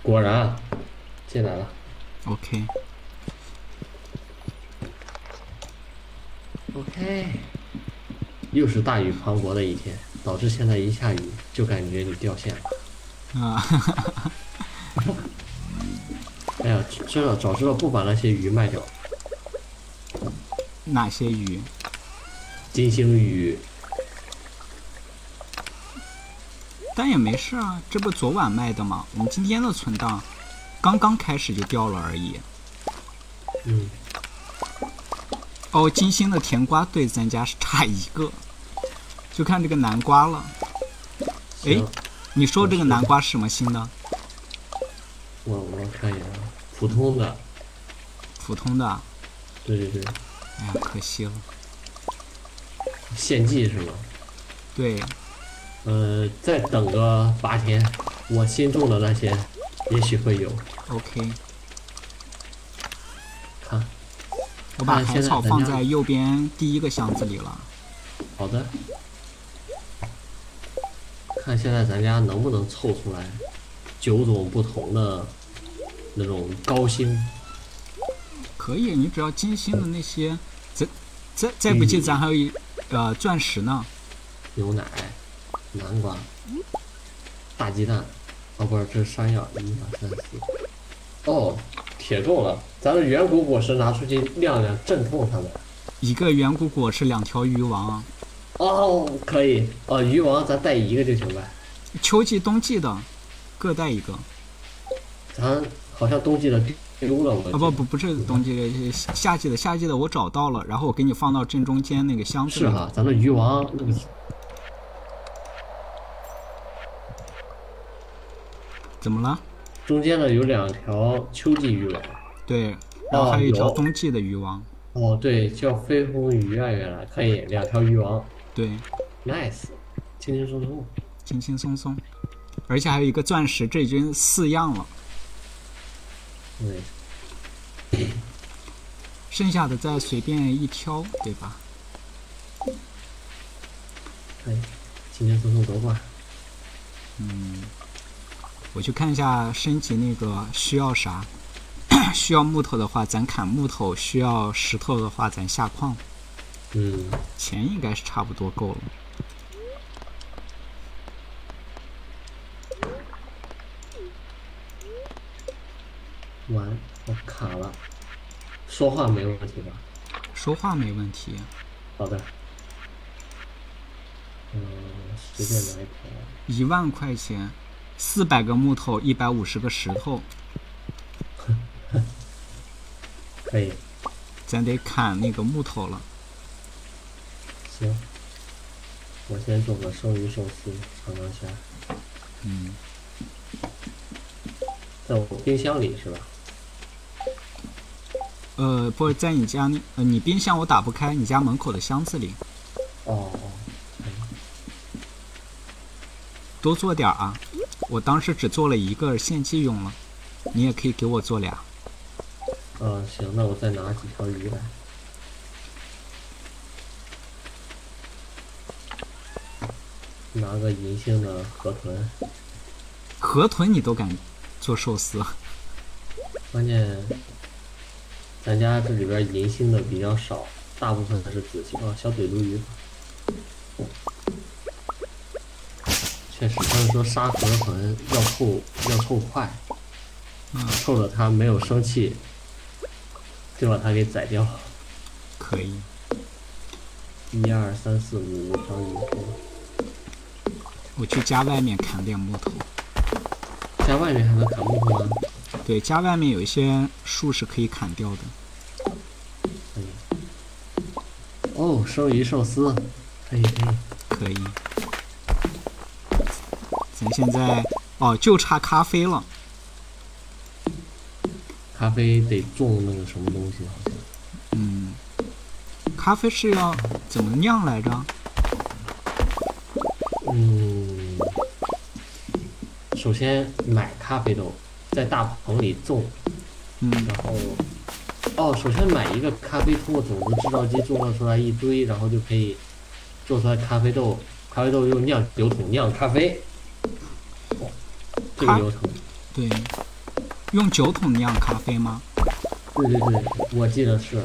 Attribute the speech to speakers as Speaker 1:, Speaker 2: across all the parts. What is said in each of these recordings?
Speaker 1: 果然进来了。
Speaker 2: OK，
Speaker 1: OK，又是大雨磅礴的一天，导致现在一下雨就感觉你掉线了。
Speaker 2: 啊，
Speaker 1: 哎呀，知道早知道不把那些鱼卖掉，
Speaker 2: 哪些鱼？
Speaker 1: 金星鱼
Speaker 2: 但也没事啊，这不昨晚卖的吗？我们今天的存档刚刚开始就掉了而已。
Speaker 1: 嗯，
Speaker 2: 哦，金星的甜瓜对咱家是差一个，就看这个南瓜了。哎
Speaker 1: 行，
Speaker 2: 你说这个南瓜是什么星呢？
Speaker 1: 我我看一眼啊，普通的，
Speaker 2: 普通的啊。
Speaker 1: 对对对，
Speaker 2: 哎呀，可惜了。
Speaker 1: 献祭是吗？
Speaker 2: 对，
Speaker 1: 呃，再等个八天，我心中的那些也许会有。
Speaker 2: OK，
Speaker 1: 看，
Speaker 2: 我把
Speaker 1: 啊
Speaker 2: 海
Speaker 1: 现在
Speaker 2: 草
Speaker 1: 咱
Speaker 2: 放
Speaker 1: 家
Speaker 2: 在右边第一个箱子里了。
Speaker 1: 好的，看现在咱家能不能凑出来九种不同的那种高星。
Speaker 2: 可以，你只要金星的那些，再再再不济，
Speaker 1: 嗯
Speaker 2: 咱还有一呃钻石呢。
Speaker 1: 牛奶、南瓜、大鸡蛋，哦，不是，这是山药，一二三四。哦，铁够了，咱的远古果实拿出去晾晾，镇痛他们。
Speaker 2: 一个远古果是两条鱼王，
Speaker 1: 哦，可以，哦，鱼王咱带一个就行呗，
Speaker 2: 秋季、冬季的各带一个。
Speaker 1: 咱好像冬季的丢了，我
Speaker 2: 啊不不不是冬季的，是夏季的夏季的我找到了，然后我给你放到正中间那个箱子
Speaker 1: 是
Speaker 2: 里。
Speaker 1: 啊哈，咱的鱼王那个
Speaker 2: 怎么了？
Speaker 1: 中间的有两条秋季鱼王。
Speaker 2: 对，然后
Speaker 1: 哦
Speaker 2: 还有一条
Speaker 1: 有
Speaker 2: 冬季的鱼王。
Speaker 1: 哦，对，叫飞鸿鱼啊，原来可以，两条鱼王
Speaker 2: 对，
Speaker 1: ，nice，轻轻松松。
Speaker 2: 轻轻松松，而且还有一个钻石，这已经四样了，
Speaker 1: 对，
Speaker 2: 剩下的再随便一挑，对吧？
Speaker 1: 哎，轻轻松松夺冠。
Speaker 2: 我去看一下升级那个需要啥， 需要木头的话咱砍木头，需要石头的话咱下矿，
Speaker 1: 嗯，
Speaker 2: 钱应该是差不多够了。
Speaker 1: 完，我卡了。说话没问题吧？
Speaker 2: 说话没问题，
Speaker 1: 好的。嗯，随便拿一条。
Speaker 2: 一万块钱，四百个木头，一百五十个石头，
Speaker 1: 可以，
Speaker 2: 咱得砍那个木头了。
Speaker 1: 行。我先做个生鱼寿司，尝尝鲜。
Speaker 2: 嗯，
Speaker 1: 在我冰箱里是吧？
Speaker 2: 呃，不是在你家那，呃，你冰箱我打不开，你家门口的箱子里
Speaker 1: 哦哦，可以。
Speaker 2: 多做点儿啊。我当时只做了一个献祭用了，你也可以给我做俩。
Speaker 1: 嗯，行，那我再拿几条鱼来。拿个银杏的河豚，
Speaker 2: 河豚你都敢做寿司，
Speaker 1: 关键咱家这里边银杏的比较少，大部分还是紫杏啊，小嘴鲈鱼吧。确实，他们说杀河豚要凑要凑快，凑着它没有生气，就把它给宰掉。
Speaker 2: 可以。
Speaker 1: 一二三四五五条鱼，
Speaker 2: 我去家外面砍点木头。
Speaker 1: 在外面还能砍木头吗？
Speaker 2: 对，家外面有一些树是可以砍掉的。
Speaker 1: 可以。哦，生鱼寿司，可以可以。
Speaker 2: 可以。咱现在哦，就差咖啡了。
Speaker 1: 咖啡得种那个什么东西，好像
Speaker 2: 嗯，咖啡是要怎么酿来着？
Speaker 1: 嗯，首先买咖啡豆，在大棚里种，
Speaker 2: 嗯，
Speaker 1: 然后，哦，首先买一个咖啡，通过种子制造机制造出来一堆，然后就可以做出来咖啡豆，咖啡豆哦用酿酒桶酿咖啡，这个
Speaker 2: 咖
Speaker 1: 流程，
Speaker 2: 对，用酒桶酿咖啡吗？
Speaker 1: 对对对，我记得是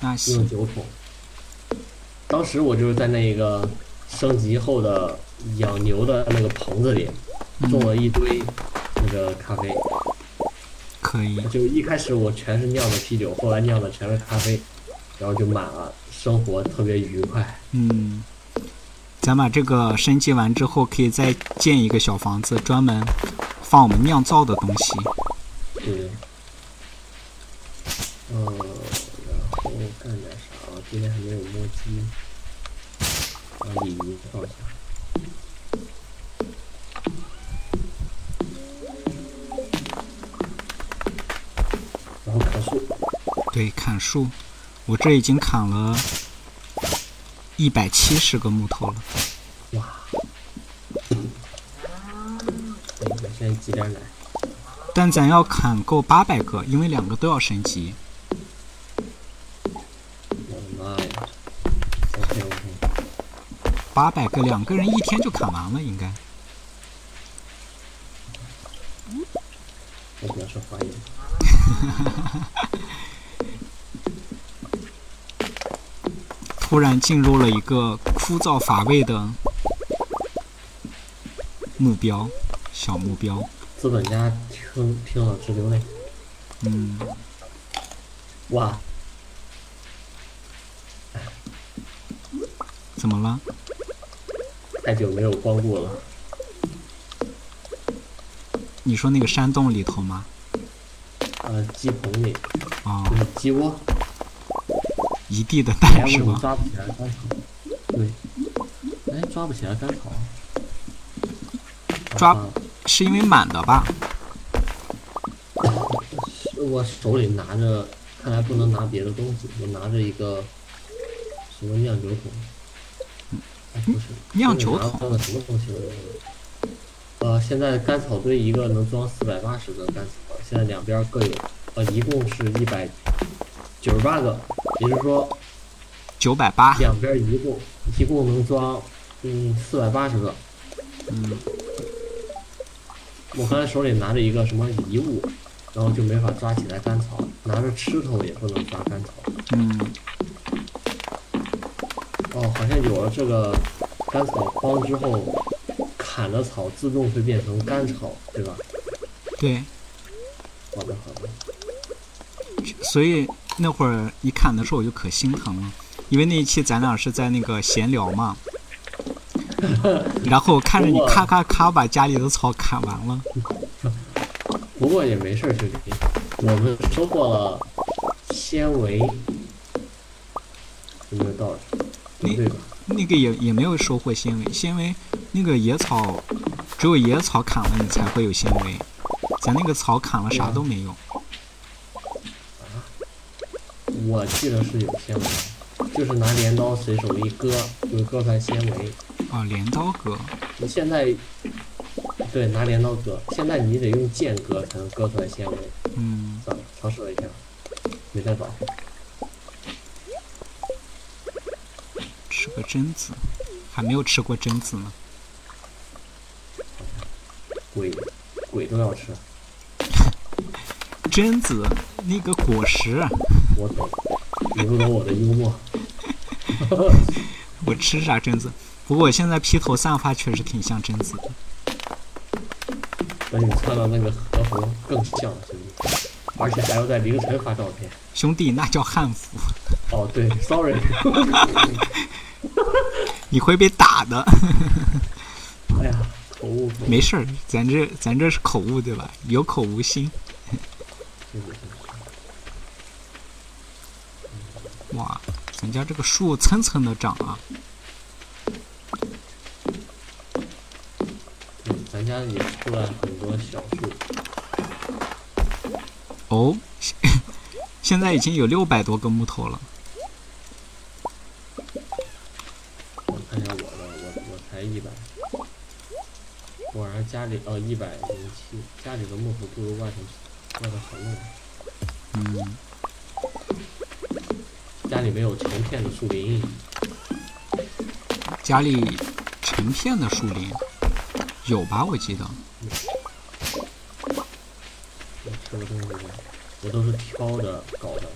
Speaker 2: 那
Speaker 1: 用
Speaker 2: 行，
Speaker 1: 酒桶。当时我就是在那个升级后的养牛的那个棚子里种
Speaker 2: 嗯，
Speaker 1: 了一堆那个咖啡，
Speaker 2: 可以，
Speaker 1: 就一开始我全是酿的啤酒，后来酿的全是咖啡，然后就满了，生活特别愉快。
Speaker 2: 嗯，咱把这个升级完之后，可以再建一个小房子，专门放我们酿造的东西。
Speaker 1: 对，嗯，然后干点啥？我今天还没有摸鸡，把鲤鱼放下。然后砍树，
Speaker 2: 对，砍树，我这已经砍了一百七十个木头了。
Speaker 1: 哎我们先挤点奶。
Speaker 2: 但咱要砍够八百个，因为两个都要升级。
Speaker 1: 我的妈呀！OK OK，
Speaker 2: 八百个，两个人一天就砍完了，应该。
Speaker 1: 我表示怀疑。
Speaker 2: 突然进入了一个枯燥乏味的目标，小目标。
Speaker 1: 资本家听听了直流泪。
Speaker 2: 嗯，
Speaker 1: 哇，
Speaker 2: 怎么了？
Speaker 1: 太久没有光顾了。
Speaker 2: 你说那个山洞里头吗？
Speaker 1: 呃，鸡棚里，
Speaker 2: 哦，
Speaker 1: 就是鸡窝。
Speaker 2: 一地的
Speaker 1: 哎
Speaker 2: 蛋
Speaker 1: 为
Speaker 2: 是
Speaker 1: 什么
Speaker 2: 吧？
Speaker 1: 抓不起来甘草？对，哎，抓不起来甘草。
Speaker 2: 抓
Speaker 1: 啊
Speaker 2: 是因为满的吧？
Speaker 1: 是我手里拿着，看来不能拿别的东西，我拿着一个什么酿酒桶。哎，不是
Speaker 2: 酿酒
Speaker 1: 我拿
Speaker 2: 桶
Speaker 1: 了什么东西？我也忘了呃，现在甘草堆一个能装四百八十个甘草，现在两边各有，呃，一共是一百九十八个，也就是说
Speaker 2: 九百八。
Speaker 1: 两边一共一共能装嗯四百八十个。
Speaker 2: 嗯，
Speaker 1: 我刚才手里拿着一个什么遗物，然后就没法抓起来甘草，拿着吃头也不能抓甘草。
Speaker 2: 嗯，
Speaker 1: 哦，好像有了这个甘草筐之后，砍的草自动会变成甘草，对吧？
Speaker 2: 对。
Speaker 1: 好的，好的。
Speaker 2: 所以那会儿你砍的时候我就可心疼了，因为那一期咱俩是在那个闲聊嘛，然后我看着你咔咔咔把家里的草砍完了，
Speaker 1: 不过也没事儿，兄弟，我们收获了纤维，有没有道理？不对吧？
Speaker 2: 那个也也没有收获纤维，纤维那个野草，只有野草砍了你才会有纤维，咱那个草砍了啥都没有，
Speaker 1: 我记得是有纤维，就是拿镰刀随手一割，就割出来纤维。
Speaker 2: 哦，镰刀割，
Speaker 1: 你现在对拿镰刀割，现在你得用剑割才能割出来纤维。
Speaker 2: 嗯，
Speaker 1: 算了，尝试了一下，没带刀。
Speaker 2: 吃个榛子，还没有吃过榛子呢，
Speaker 1: 鬼鬼都要吃，
Speaker 2: 榛子那个果实啊，
Speaker 1: 我懂，你不懂我的幽默。
Speaker 2: 我吃啥榛子？不过我现在披头散发，确实挺像榛子的。
Speaker 1: 等你穿了那个和服，更像了，兄弟。而且还要在凌晨发照片。
Speaker 2: 兄弟，那叫汉服，
Speaker 1: 哦，对，sorry，
Speaker 2: 你会被打的。
Speaker 1: 哎呀，口误，口误
Speaker 2: 没事儿，咱这咱这是口误对吧？有口无心。
Speaker 1: 对对对
Speaker 2: 哇，咱家这个树蹭蹭的长啊。
Speaker 1: 嗯，咱家也出了很多小树，
Speaker 2: 哦， 现现在已经有六百多个木头了。
Speaker 1: 我看一下我的，我我才一百，果然家里哦一百零七，家里的木头不如外头外头好用，
Speaker 2: 嗯，
Speaker 1: 家里没有成片的树林，
Speaker 2: 家里成片的树林有吧？我记得
Speaker 1: 有什么东西的，我都是挑着搞的。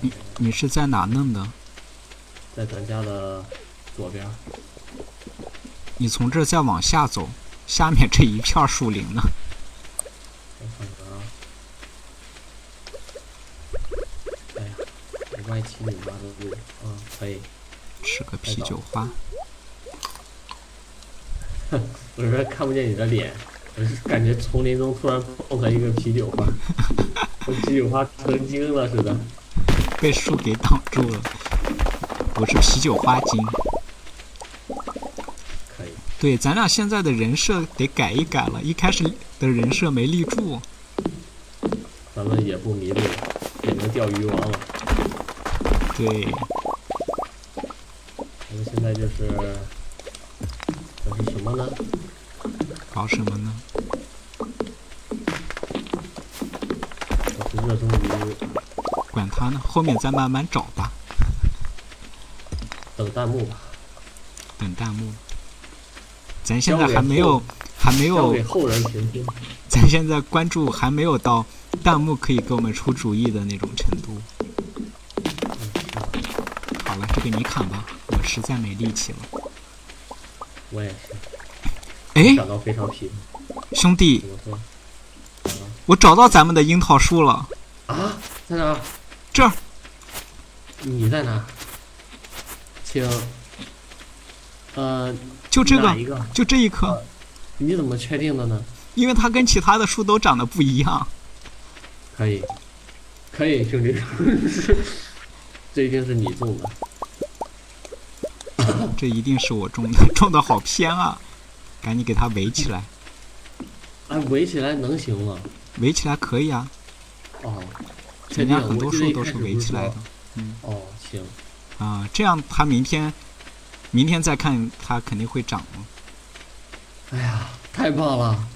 Speaker 2: 你你是在哪弄的？
Speaker 1: 在咱家的左边，
Speaker 2: 你从这儿再往下走，下面这一片儿树林呢。
Speaker 1: 我看看啊。哎呀，我歪七扭八的路啊，可以。
Speaker 2: 吃个啤酒花，
Speaker 1: 我是看不见你的脸，我是感觉丛林中突然蹦出来一个啤酒花，我啤酒花成精了似的。
Speaker 2: 被树给挡住了。我是啤酒花精。
Speaker 1: 可以，
Speaker 2: 对，咱俩现在的人设得改一改了，一开始的人设没立住。
Speaker 1: 咱们也不迷路，也能钓鱼王了。
Speaker 2: 对，
Speaker 1: 咱们现在就是，这是什么呢？
Speaker 2: 搞什么呢？
Speaker 1: 我是热衷于
Speaker 2: 管他呢，后面再慢慢找吧。
Speaker 1: 等弹幕吧，
Speaker 2: 等弹幕。咱现在
Speaker 1: 交给
Speaker 2: 还没有
Speaker 1: 后，
Speaker 2: 还没
Speaker 1: 交
Speaker 2: 有
Speaker 1: 给，后人评听。
Speaker 2: 咱现在关注还没有到弹幕可以给我们出主意的那种程度。
Speaker 1: 嗯，是吧
Speaker 2: 好了，这个你砍吧，我实在没力气了。
Speaker 1: 我也是
Speaker 2: 哎，
Speaker 1: 感到非常疲惫。
Speaker 2: 兄
Speaker 1: 怎
Speaker 2: 弟，
Speaker 1: 么说？
Speaker 2: 我找到咱们的樱桃树了，
Speaker 1: 啊，在哪儿？
Speaker 2: 这儿
Speaker 1: 你在哪儿？请，呃，
Speaker 2: 就这
Speaker 1: 哪
Speaker 2: 个
Speaker 1: 一，个？
Speaker 2: 就这一棵，
Speaker 1: 你怎么确定的呢？
Speaker 2: 因为它跟其他的树都长得不一样。
Speaker 1: 可以，可以，兄弟， 这一定是你种的。
Speaker 2: 这一定是我种的， 种的好偏啊！赶紧给它围起来，
Speaker 1: 哎，围起来能行吗？
Speaker 2: 围起来可以啊，
Speaker 1: 哦，确
Speaker 2: 人
Speaker 1: 定
Speaker 2: 家
Speaker 1: 了
Speaker 2: 很多
Speaker 1: 我记得
Speaker 2: 树
Speaker 1: 一
Speaker 2: 都
Speaker 1: 开
Speaker 2: 是
Speaker 1: 始
Speaker 2: 围
Speaker 1: 不
Speaker 2: 起来的
Speaker 1: 说哦，行，
Speaker 2: 啊、这样它明天，明天再看它肯定会长了。
Speaker 1: 哎呀，太棒了！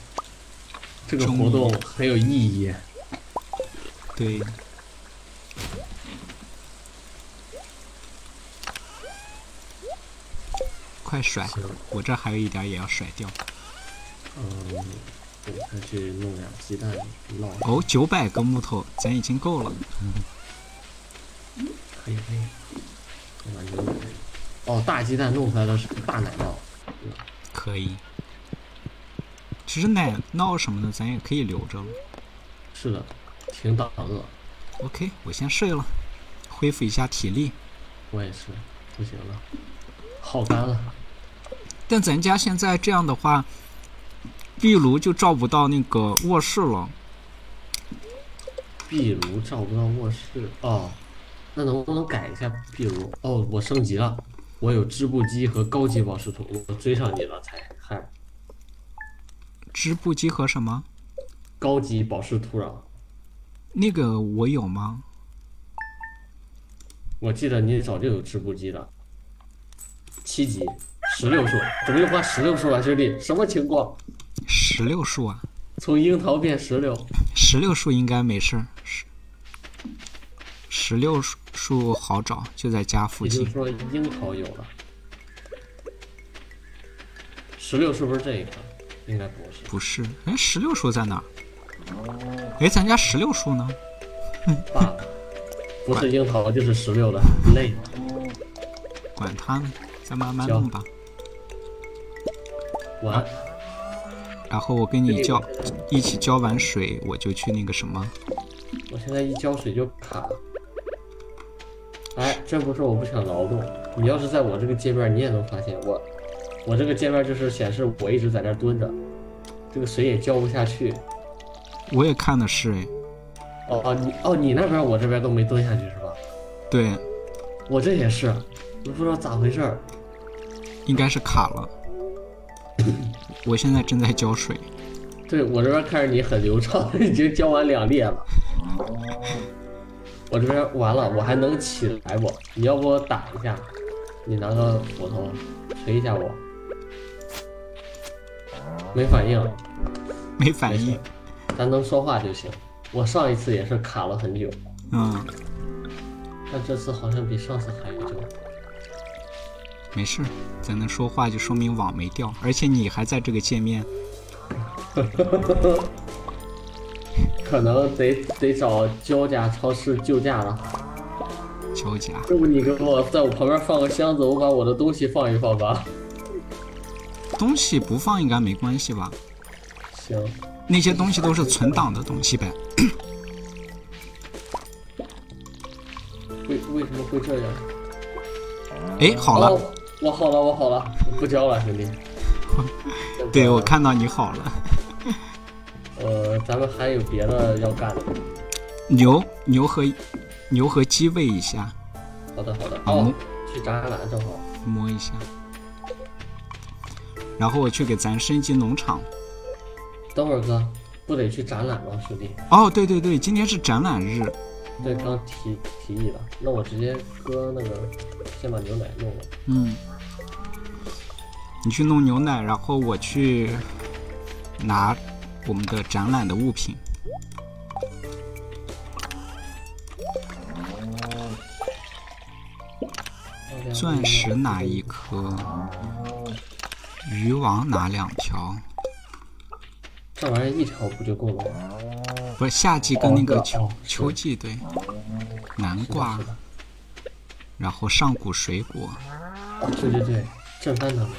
Speaker 1: 这个
Speaker 2: 终于哎
Speaker 1: 活动很有意义。
Speaker 2: 对，快甩！
Speaker 1: 行，
Speaker 2: 我这还有一点儿也要甩掉。
Speaker 1: 嗯，我再去弄俩鸡蛋烙上。
Speaker 2: 哦，九百个木头，咱已经够了。
Speaker 1: 可以可以，我感觉哦，大鸡蛋弄出来的是大奶酪，
Speaker 2: 可以。其实奶酪什么的，咱也可以留着了。
Speaker 1: 是的，挺挡饿，
Speaker 2: OK，我先睡了，恢复一下体力。
Speaker 1: 我也是，不行了，耗干了，
Speaker 2: 但咱家现在这样的话，壁炉就照不到那个卧室了。
Speaker 1: 壁炉照不到卧室哦，那能不能改一下壁炉？哦，我升级了，我有织布机和高级宝石图，我追上你了才嗨，
Speaker 2: 织布机和什么？
Speaker 1: 高级宝石土壤，
Speaker 2: 那个我有吗？
Speaker 1: 我记得你早就有织布机了，七级。十六束，怎么又换十六束了，兄弟？什么情况？
Speaker 2: 石榴树啊，
Speaker 1: 从樱桃变石榴，
Speaker 2: 石榴树应该没事儿。石石榴树树好找，就在家附
Speaker 1: 也就是
Speaker 2: 近。
Speaker 1: 说樱桃有了。石榴是不是这一个？应该不是。
Speaker 2: 不是，哎，石榴树在哪儿？哎，咱家石榴树呢？
Speaker 1: 爸爸，不是樱桃就是石榴了，累。
Speaker 2: 管它呢，再慢慢
Speaker 1: 行
Speaker 2: 弄吧。
Speaker 1: 晚安。
Speaker 2: 然后我跟你
Speaker 1: 对
Speaker 2: 浇一起浇完水，我就去那个什么。
Speaker 1: 我现在一浇水就卡。哎，真不是我不想劳动，你要是在我这个界面，你也能发现我，我这个界面就是显示我一直在那儿蹲着，这个水也浇不下去。
Speaker 2: 我也看的是，哎，
Speaker 1: 哦哦，你哦你那边我这边都没蹲下去是吧？
Speaker 2: 对，
Speaker 1: 我这也是，我不知道咋回事儿。
Speaker 2: 应该是卡了。我现在正在浇水，
Speaker 1: 对我这边看着你很流畅， 已经浇完两列了。我这边完了，我还能起来不？你要不打一下，你拿个斧头锤一下我。没反应，
Speaker 2: 没
Speaker 1: 没
Speaker 2: 反
Speaker 1: 事
Speaker 2: 应。，
Speaker 1: 咱能说话就行。我上一次也是卡了很久，
Speaker 2: 嗯，
Speaker 1: 但这次好像比上次还久。
Speaker 2: 没事儿，咱能说话就说明网没掉，而且你还在这个界面，
Speaker 1: 可能得得找焦家超市救驾了。
Speaker 2: 乔家，
Speaker 1: 要不你给我在我旁边放个箱子，我把我的东西放一放吧。
Speaker 2: 东西不放应该没关系吧？
Speaker 1: 行，
Speaker 2: 那些东西都是存档的东西呗。
Speaker 1: 为为什么会这样？
Speaker 2: 哎，好了，
Speaker 1: 哦，我好了，我好了，我不教了，兄弟。
Speaker 2: 对我。看到你好了。
Speaker 1: 呃，咱们还有别的要干的。
Speaker 2: 牛牛和牛和鸡喂一下，
Speaker 1: 好的，好的。
Speaker 2: 好
Speaker 1: 哦，去展览正好。
Speaker 2: 摸一下，然后我去给咱升级农场。
Speaker 1: 等会儿哥，不得去展览吗，兄弟？
Speaker 2: 哦，对对对，今天是展览日，
Speaker 1: 对，刚提提议了。那我直接喝那个，先把牛奶弄了。
Speaker 2: 嗯，你去弄牛奶，然后我去拿我们的展览的物品。
Speaker 1: 要这样
Speaker 2: 钻石拿一颗，渔网拿两条，
Speaker 1: 这玩意儿一条不就够了吗？
Speaker 2: 不是夏季跟那个
Speaker 1: 哦对
Speaker 2: 秋
Speaker 1: 哦
Speaker 2: 秋季对，南
Speaker 1: 是
Speaker 2: 瓜
Speaker 1: 的，是，的。
Speaker 2: 然后上古水果，
Speaker 1: 哦，对对对，正翻他们。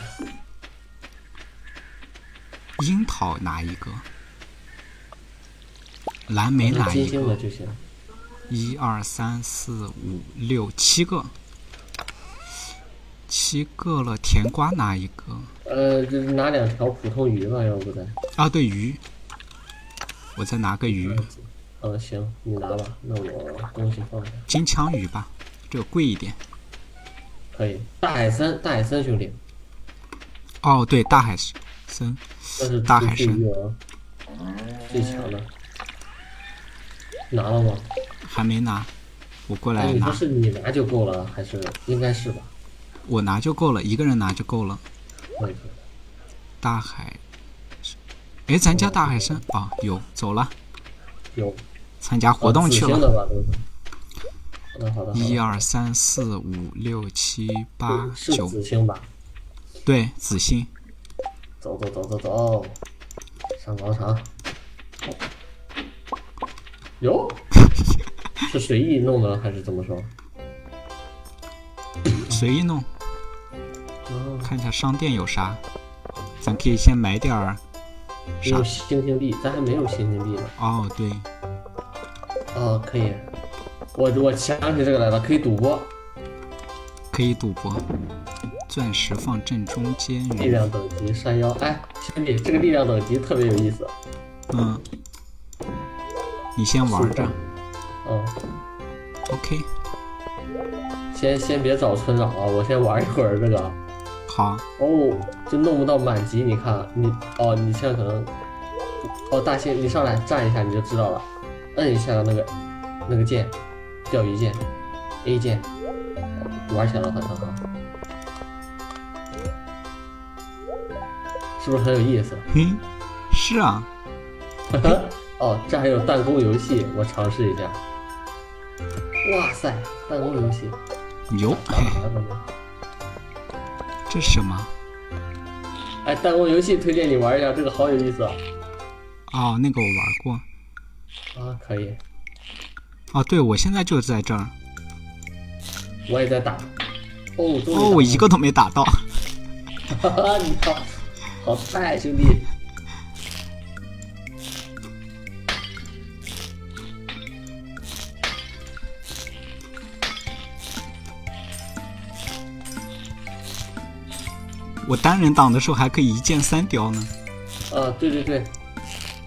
Speaker 2: 樱桃拿一个，蓝莓
Speaker 1: 那
Speaker 2: 拿
Speaker 1: 金
Speaker 2: 一
Speaker 1: 星的，
Speaker 2: 个
Speaker 1: 就行。
Speaker 2: 一二三四五六七个，七个了，甜瓜拿一个，
Speaker 1: 呃，就拿两条普通鱼吧，要不咱。
Speaker 2: 啊对鱼，我再拿个鱼，
Speaker 1: 嗯，行，你拿吧，那我东西放下。
Speaker 2: 金枪鱼吧，这个贵一点。
Speaker 1: 可以，大海参，大海参兄弟，
Speaker 2: 哦对，大海参。
Speaker 1: 那是
Speaker 2: 大海参
Speaker 1: 最最育儿最强的，拿了吗？
Speaker 2: 还没拿，我过
Speaker 1: 哎，
Speaker 2: 来
Speaker 1: 你
Speaker 2: 拿
Speaker 1: 说，是你拿就够了，还是应该是吧？
Speaker 2: 我拿就够了，一个人拿就够了。
Speaker 1: 我也觉得
Speaker 2: 大海，哎，咱家大海参啊、有走了，
Speaker 1: 有呃
Speaker 2: 参加活动去
Speaker 1: 啊紫星
Speaker 2: 了。
Speaker 1: 的吧，都是。好的，好的，好的
Speaker 2: 一二三四五六七八
Speaker 1: 是
Speaker 2: 九，
Speaker 1: 紫星吧？
Speaker 2: 对，紫星，
Speaker 1: 走走走走走，上广场。哟， 是随意弄的还是怎么说？
Speaker 2: 随意弄，
Speaker 1: 嗯，
Speaker 2: 看一下商店有啥，咱可以先买点儿
Speaker 1: 没
Speaker 2: 啥
Speaker 1: 有。星星币，咱还没有星星币呢。
Speaker 2: 哦，对，
Speaker 1: 哦，可以。我我想起这个来了，可以赌博，
Speaker 2: 可以赌博，钻石放正中间，
Speaker 1: 力量等级山腰。哎，兄弟，这个力量等级特别有意思。
Speaker 2: 嗯，你先玩着
Speaker 1: 嗯，
Speaker 2: ，OK，
Speaker 1: 先先别找村长啊，我先玩一会儿这个。
Speaker 2: 好，
Speaker 1: 哦，就弄不到满级，你看你哦，你现在可能哦，大仙，你上来站一下你就知道了，摁一下那个那个键，钓鱼键，A 键，玩起来了，好像哈，是不是很有意思？
Speaker 2: 嗯，是啊，
Speaker 1: 哦，这还有弹弓游戏，我尝试一下。哇塞，弹弓游戏，
Speaker 2: 牛，
Speaker 1: 打打打打打
Speaker 2: 这是什么？
Speaker 1: 哎，弹弓游戏推荐你玩一下，这个好有意思啊！
Speaker 2: 哦，那个我玩过。
Speaker 1: 啊，可以，
Speaker 2: 哦，对，我现在就在这儿。
Speaker 1: 我也在打。哦，终于打
Speaker 2: 哦，我一个都没打到。
Speaker 1: 了，你好，好菜，兄弟。
Speaker 2: 我单人档的时候还可以一键三雕呢。
Speaker 1: 啊，对对对，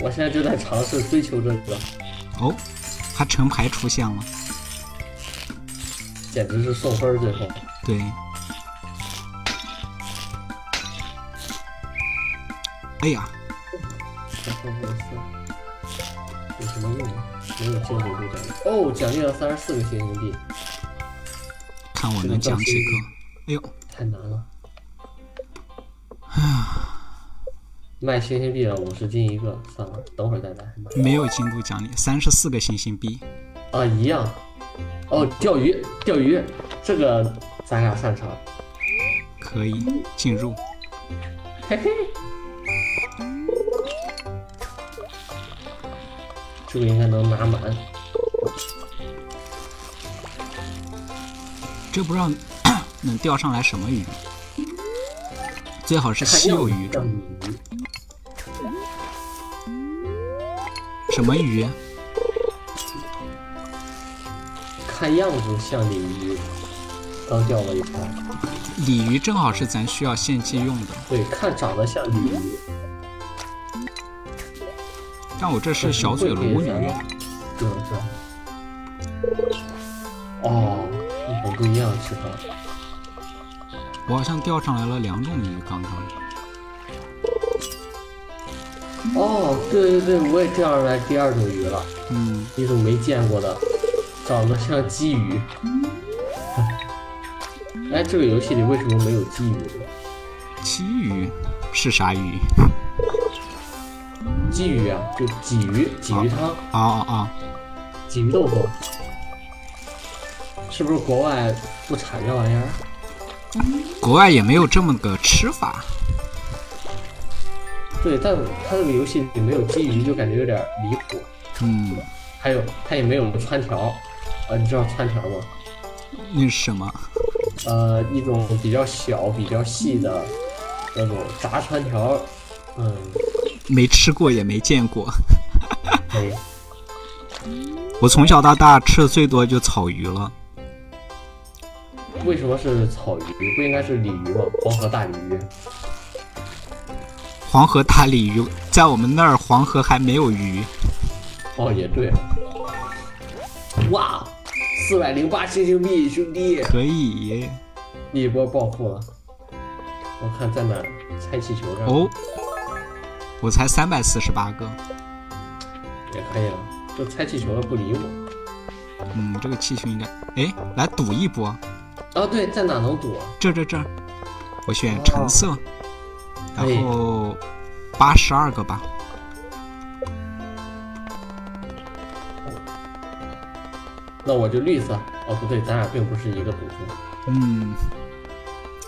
Speaker 1: 我现在就在尝试追求这个，
Speaker 2: 哦，还成牌出现了。
Speaker 1: 简直是送分儿最后。
Speaker 2: 对。哎呀，
Speaker 1: 有什么用啊？没有竞争力的。哦，奖励了三十四个星星币，
Speaker 2: 看我能讲几个。哎呦，
Speaker 1: 太难了。卖星星币了，五十斤一个，算了，等会儿再来。
Speaker 2: 没有进度奖励，三十四个星星币。
Speaker 1: 啊，一样。哦，钓鱼，钓鱼，这个咱俩擅长。
Speaker 2: 可以进入。
Speaker 1: 嘿嘿。 这个应该能拿满。
Speaker 2: 这不知道 能钓上来什么鱼，最好是
Speaker 1: 看
Speaker 2: 稀
Speaker 1: 样
Speaker 2: 有
Speaker 1: 子
Speaker 2: 鱼
Speaker 1: 像
Speaker 2: 种，
Speaker 1: 鲤鱼，
Speaker 2: 什么鱼？
Speaker 1: 看样子像鲤鱼，刚钓了一条。
Speaker 2: 鲤鱼正好是咱需要献祭用的，
Speaker 1: 对，看长得像鲤鱼。
Speaker 2: 但我这是小嘴
Speaker 1: 芦
Speaker 2: 鲈鱼，
Speaker 1: 对对。哦，一种不一样的吃法。
Speaker 2: 我好像钓上来了两种鱼，刚刚。
Speaker 1: 哦，对对对，我也钓上来第二种鱼了，
Speaker 2: 嗯，
Speaker 1: 一种没见过的，长得像鲫鱼。哎，这个游戏里为什么没有鲫鱼呢？
Speaker 2: 鲫鱼是啥鱼？
Speaker 1: 鲫鱼啊，就鲫鱼，鲫鱼汤，
Speaker 2: 啊啊啊！
Speaker 1: 鲫鱼豆腐，是不是国外不产这玩意儿？
Speaker 2: 国外也没有这么个吃法。
Speaker 1: 对，但它这个游戏里没有鲫鱼，就感觉有点离谱。
Speaker 2: 嗯，
Speaker 1: 还有它也没有穿条，呃，你知道穿条吗？
Speaker 2: 那是什么？
Speaker 1: 呃，一种比较小、比较细的那种炸穿条，嗯，
Speaker 2: 没吃过也没见过。
Speaker 1: 没
Speaker 2: 我从小到大吃的最多就草鱼了。
Speaker 1: 为什么是草鱼？不应该是鲤鱼吗？黄河大鲤鱼。
Speaker 2: 黄河大鲤鱼，在我们那儿黄河还没有鱼。
Speaker 1: 哦，也对。哇，四百零八星星币，兄弟，
Speaker 2: 可以
Speaker 1: 一波暴富了。我看在哪儿？拆气球上
Speaker 2: 哦，我才三百四十八个。
Speaker 1: 也可以了。这拆气球的不理我。
Speaker 2: 嗯，这个气球应该……哎，来赌一波。
Speaker 1: 啊，对，在哪能躲？
Speaker 2: 这这这儿，我
Speaker 1: 哦
Speaker 2: 选橙色，
Speaker 1: 可以
Speaker 2: 然后八十二个吧。
Speaker 1: 那我就绿色。哦，不对，咱俩并不是一个赌注。
Speaker 2: 嗯，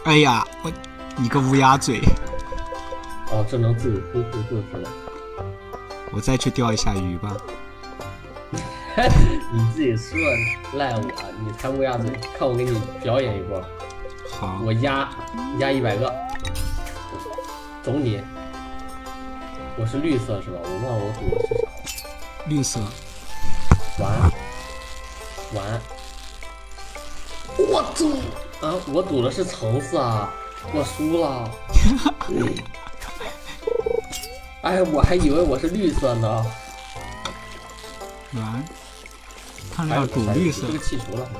Speaker 2: 哎呀，我你个乌鸦嘴，
Speaker 1: 哦，这能自己恢复就是了。
Speaker 2: 我再去钓一下鱼吧。
Speaker 1: 你自己说赖我，啊你才乌鸦嘴。看我给你表演一波，
Speaker 2: 好，
Speaker 1: 我压压一百个，走你。我是绿色是吧？我忘了我赌的是啥了。
Speaker 2: 绿色，
Speaker 1: 晚安，晚安。我赌啊，我赌的是橙色啊，我输了。哎，我还以为我是绿色呢，
Speaker 2: 蓝，看来
Speaker 1: 还有
Speaker 2: 要赌啊绿色
Speaker 1: 哎这。个气球了。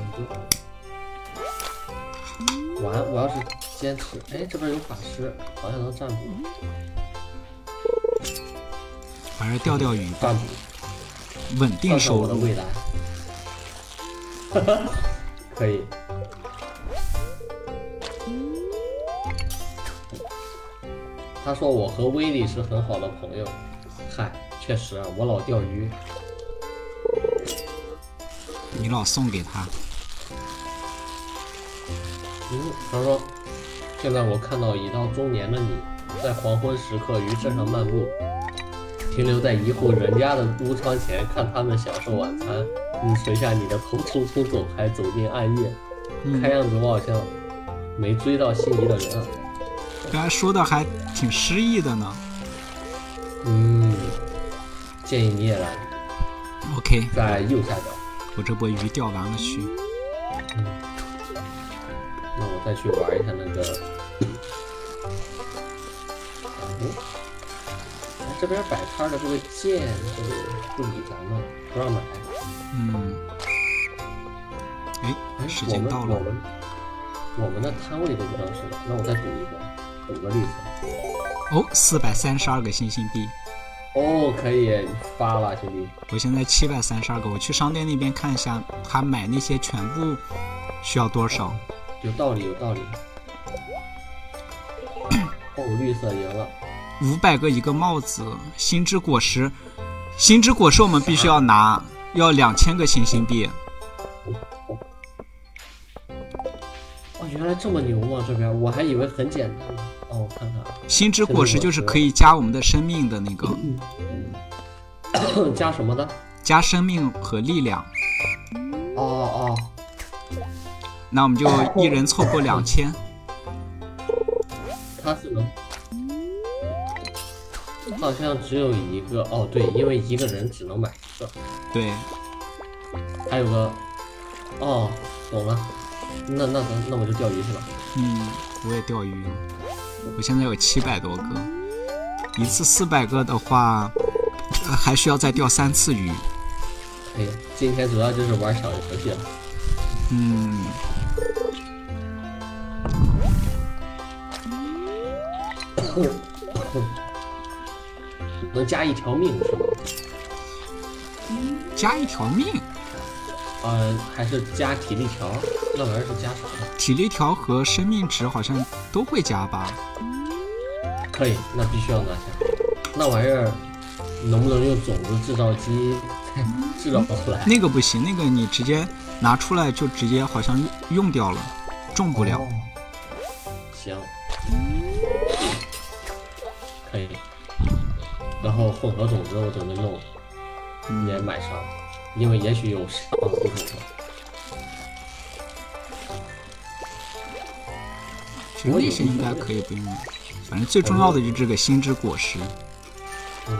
Speaker 1: 完，我要是坚持，哎，这边有法师，好像能占卜，
Speaker 2: 还是钓钓鱼吧，
Speaker 1: 占卜
Speaker 2: 稳定
Speaker 1: 算上
Speaker 2: 收
Speaker 1: 我的
Speaker 2: 入。
Speaker 1: 未来。可以。他说我和威利是很好的朋友。嗨，确实啊，我老钓鱼。
Speaker 2: 你老送给他，
Speaker 1: 嗯，他说，现在我看到已到中年的你，在黄昏时刻于镇上漫步，停留在一户人家的屋窗前，看他们享受晚餐。你垂下你的头，匆匆走开，走进暗夜。
Speaker 2: 嗯
Speaker 1: 看样子我好像没追到心仪的人啊。
Speaker 2: 刚才说的还挺诗意的呢。
Speaker 1: 嗯，建议你也来，
Speaker 2: OK，
Speaker 1: 在右下角。
Speaker 2: 我这波鱼钓完了去。
Speaker 1: 那我再去玩一下那个。嗯，哎这边摆摊的这个剑，这个不理咱们，不让买。
Speaker 2: 嗯，
Speaker 1: 哎
Speaker 2: 哎，时
Speaker 1: 我
Speaker 2: 间
Speaker 1: 们
Speaker 2: 到
Speaker 1: 我
Speaker 2: 了，
Speaker 1: 们我们的摊位都不让是了，那我再赌一波，赌个绿色。
Speaker 2: 哦，四百三十二个星星币。
Speaker 1: 哦，可以发了，兄弟。
Speaker 2: 我现在七百三十二个，我去商店那边看一下，他买那些全部需要多少？
Speaker 1: 有道理，有道 理。哦，绿色赢了。
Speaker 2: 五百个一个帽子，星之果实，星之果实我们必须要拿，要两千个星星币。
Speaker 1: 哦，原来这么牛吗？这边我还以为很简单呢。哦，我看看啊，
Speaker 2: 星之果实就是可以加我们的生命的那个，
Speaker 1: 加什么的？
Speaker 2: 加生命和力量，
Speaker 1: 哦哦，
Speaker 2: 那我们就一人凑够两千。
Speaker 1: 它是能，好像只有一个哦，对，因为一个人只能买一个，
Speaker 2: 对，
Speaker 1: 还有个，哦，懂了，那那咱那我就钓鱼去了。
Speaker 2: 嗯，我也钓鱼，我现在有七百多个，一次四百个的话，呃还需要再钓三次鱼。
Speaker 1: 哎呀，今天主要就是玩小游戏了。
Speaker 2: 嗯，
Speaker 1: 能加一条命是吗？
Speaker 2: 加一条命，
Speaker 1: 呃，还是加体力条？那玩意儿是加啥的？
Speaker 2: 体力条和生命值好像都会加吧？
Speaker 1: 可以，那必须要拿下。那玩意儿能不能用种子制造机制造出来？
Speaker 2: 那个不行，那个你直接拿出来就直接好像用掉了，种不了。
Speaker 1: 哦。行，可以。然后混合种子我准备弄，也买上，因为也许有上古种子。
Speaker 2: 其实那些应该可以不用了，反正最重要的就是这个心之果实。
Speaker 1: 嗯。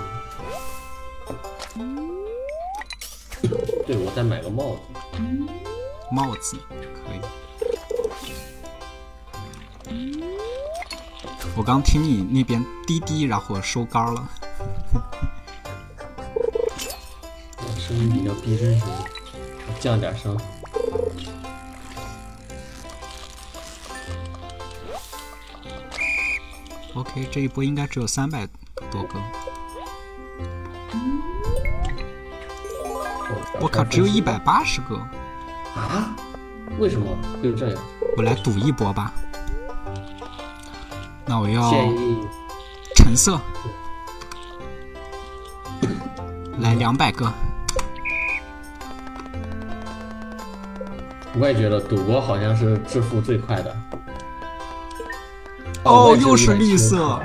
Speaker 1: 对，我再买个帽子。
Speaker 2: 帽子可以。我刚听你那边滴滴，然后收杆儿了。
Speaker 1: 我声音比较逼真，是吗？降点声。
Speaker 2: OK，这一波应该只有三百多个。我靠，只有一百八十个，
Speaker 1: 啊？为什么？就是这样。
Speaker 2: 我来赌一波吧。那我要
Speaker 1: 建议
Speaker 2: 橙色，来两百个。
Speaker 1: 我也觉得赌博好像是致富最快的。
Speaker 2: 哦，又是绿色。
Speaker 1: 啊，